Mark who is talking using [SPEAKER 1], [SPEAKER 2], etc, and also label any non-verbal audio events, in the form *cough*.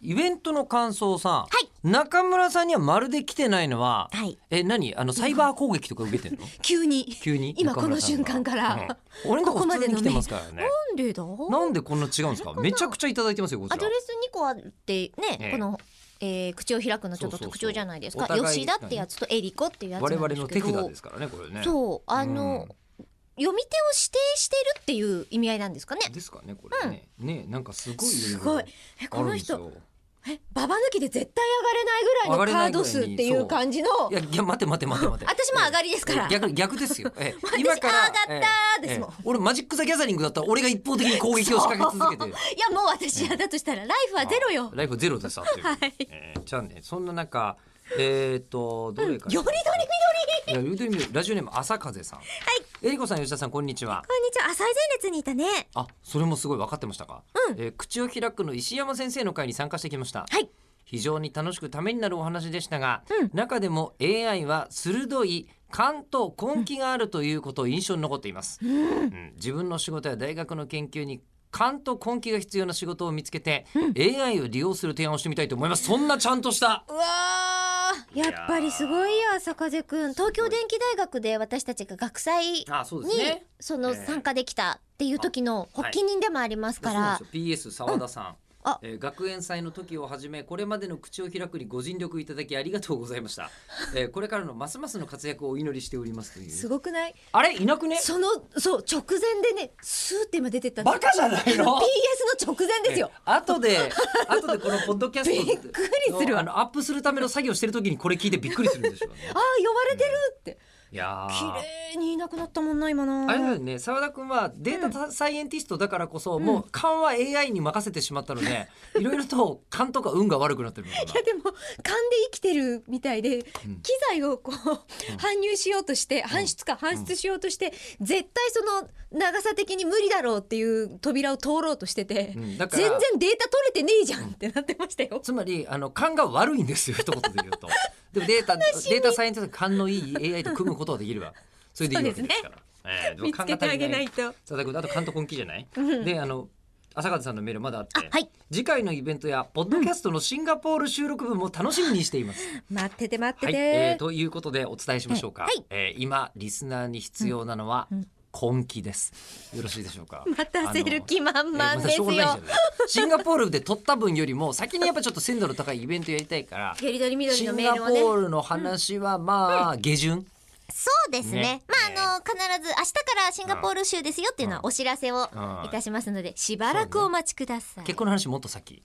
[SPEAKER 1] イベントの感想をさ、
[SPEAKER 2] はい
[SPEAKER 1] 中村さんにはまるで来てないのは、
[SPEAKER 2] はい
[SPEAKER 1] え何あのサイバー攻撃とか受けて
[SPEAKER 2] *laughs*
[SPEAKER 1] んの
[SPEAKER 2] 急に
[SPEAKER 1] 急に
[SPEAKER 2] 今
[SPEAKER 1] 中
[SPEAKER 2] こ
[SPEAKER 1] 村
[SPEAKER 2] の
[SPEAKER 1] さん
[SPEAKER 2] 瞬
[SPEAKER 1] が
[SPEAKER 2] 間から、
[SPEAKER 1] うん俺のとこ
[SPEAKER 2] ここ
[SPEAKER 1] 普
[SPEAKER 2] ま
[SPEAKER 1] 通
[SPEAKER 2] で
[SPEAKER 1] に
[SPEAKER 2] の
[SPEAKER 1] 来てますからね
[SPEAKER 2] なんでだア
[SPEAKER 1] なんでこんな違うんですかめちゃくちゃいただいてますよこちら
[SPEAKER 2] ドレス2個あって
[SPEAKER 1] え
[SPEAKER 2] ね、
[SPEAKER 1] え
[SPEAKER 2] この、えー口を開くのちょっと
[SPEAKER 1] そうそうそう
[SPEAKER 2] 特徴じゃないですか
[SPEAKER 1] お互い
[SPEAKER 2] 吉田ってやつとエリコっていうやつなん
[SPEAKER 1] 我
[SPEAKER 2] ですけど
[SPEAKER 1] 々の手札ですからねこれね
[SPEAKER 2] そうあの、
[SPEAKER 1] うん
[SPEAKER 2] 読み手を指定してるっていう意味合いなんですかね
[SPEAKER 1] ですかねこれね、ねなんかすごい
[SPEAKER 2] すごいえこの
[SPEAKER 1] ある
[SPEAKER 2] 人
[SPEAKER 1] んですよ
[SPEAKER 2] えババ抜きで絶対上がれないぐらいのカード数っていう感じの
[SPEAKER 1] いやいや待て待て待て待て
[SPEAKER 2] 私も上がりですから
[SPEAKER 1] 逆逆ですよ。ええ
[SPEAKER 2] *laughs* 私あー上がったーですもん
[SPEAKER 1] 俺マジック・ザ・ギャザリングだったら俺が一方的に攻撃を仕掛け続けて。
[SPEAKER 2] いやもう私やだとしたらライフはゼロよ
[SPEAKER 1] ライフゼロでさっていう。
[SPEAKER 2] *laughs* はい
[SPEAKER 1] えーじゃあねそんな中えっ、とどれか
[SPEAKER 2] よりどり
[SPEAKER 1] いやよりどりみどりラジオネーム朝風さん。えりこさん吉田さんこんにちは。
[SPEAKER 2] こんにちは最前列にいたね
[SPEAKER 1] あそれもすごい分かってましたか。えー口を開くの石山先生の会に参加してきました。
[SPEAKER 2] はい
[SPEAKER 1] 非常に楽しくためになるお話でしたが、
[SPEAKER 2] うん
[SPEAKER 1] 中でも AI は鋭い勘と根気があるということを印象に残っています、うん自分の仕事や大学の研究に勘と根気が必要な仕事を見つけて、AI を利用する提案をしてみたいと思いますそんなちゃんとした
[SPEAKER 2] うわーやっぱりすごいよ朝風くん東京電機大学で私たちが学祭に
[SPEAKER 1] あそうですね
[SPEAKER 2] その
[SPEAKER 1] ええ
[SPEAKER 2] 参加できたっていう時の発起人でもありますから、
[SPEAKER 1] そうなんですよ PS 澤田さん、
[SPEAKER 2] あ
[SPEAKER 1] えー学園祭の時をはじめこれまでの口を開くにご尽力いただきありがとうございま
[SPEAKER 2] *laughs*
[SPEAKER 1] した、えーこれからのますますの活躍をお祈りしておりますという
[SPEAKER 2] すごくない
[SPEAKER 1] あれいなくね
[SPEAKER 2] そのそう直前でねスーって今出てったんです
[SPEAKER 1] バカじゃ
[SPEAKER 2] *laughs*
[SPEAKER 1] ないの
[SPEAKER 2] PS の直前ですよ
[SPEAKER 1] ええ後で後でこのポッドキャスト
[SPEAKER 2] びっくりする
[SPEAKER 1] の
[SPEAKER 2] わ
[SPEAKER 1] あのアップするための作業してる時にこれ聞いてびっくりするんで
[SPEAKER 2] *laughs*
[SPEAKER 1] しょうね
[SPEAKER 2] ああ呼ばれてるって
[SPEAKER 1] いやー
[SPEAKER 2] 綺麗にいなくなったもんな今な
[SPEAKER 1] あれだよね澤田君はデータサイエンティストだからこそ、もう勘は AI に任せてしまったの
[SPEAKER 2] *laughs*
[SPEAKER 1] で、いろいろと勘とか運が悪くなってるのか
[SPEAKER 2] い *laughs* やでも勘で生きてるみたいで、
[SPEAKER 1] ん
[SPEAKER 2] 機材をこう、搬入しようとして搬出か搬出しようとして、絶対その長さ的に無理だろうっていう扉を通ろうとしてて、
[SPEAKER 1] うんだから
[SPEAKER 2] 全然データ取れてねえじゃんってなってましたよ。
[SPEAKER 1] つまりあの勘が悪いんですよ一言で言う
[SPEAKER 2] *laughs*
[SPEAKER 1] とでもデータデータサイエンティストは勘のいい AI と組むことはできるわそれでいいわけですからええでも
[SPEAKER 2] 見つ
[SPEAKER 1] 勘
[SPEAKER 2] け
[SPEAKER 1] が
[SPEAKER 2] て
[SPEAKER 1] 足
[SPEAKER 2] あ
[SPEAKER 1] り
[SPEAKER 2] げないと。
[SPEAKER 1] 佐田君あと監督根気じゃない、
[SPEAKER 2] うん
[SPEAKER 1] であの朝方さんのメールまだあって
[SPEAKER 2] あはい
[SPEAKER 1] 次回のイベントやポッドキャストのシンガポール収録分も楽しみにしています。
[SPEAKER 2] 待ってて待って
[SPEAKER 1] はい、
[SPEAKER 2] て。
[SPEAKER 1] えー、ということでお伝えしましょうか。
[SPEAKER 2] はい
[SPEAKER 1] えー今リスナーに必要なのは根気です。よろしいでしょうか。
[SPEAKER 2] *laughs* 待たせる気満
[SPEAKER 1] えー
[SPEAKER 2] 々
[SPEAKER 1] ま
[SPEAKER 2] で
[SPEAKER 1] だ
[SPEAKER 2] す
[SPEAKER 1] しょ
[SPEAKER 2] よ。
[SPEAKER 1] うがないじゃないシンガポールで取った分よりも先にやっぱちょっと鮮度の高いイベントやりたい
[SPEAKER 2] *laughs*
[SPEAKER 1] から。
[SPEAKER 2] よりどりみどり
[SPEAKER 1] シ
[SPEAKER 2] の
[SPEAKER 1] ン
[SPEAKER 2] メー
[SPEAKER 1] ガ
[SPEAKER 2] ル
[SPEAKER 1] ポ
[SPEAKER 2] をね。
[SPEAKER 1] ールの話はまあ下旬、
[SPEAKER 2] そうですね。
[SPEAKER 1] ね
[SPEAKER 2] まああの必ず明日からシンガポール州ですよっていうのはお知らせを
[SPEAKER 1] うん
[SPEAKER 2] いたしますので、しばらくお待ちください。
[SPEAKER 1] 結婚の話もっと先。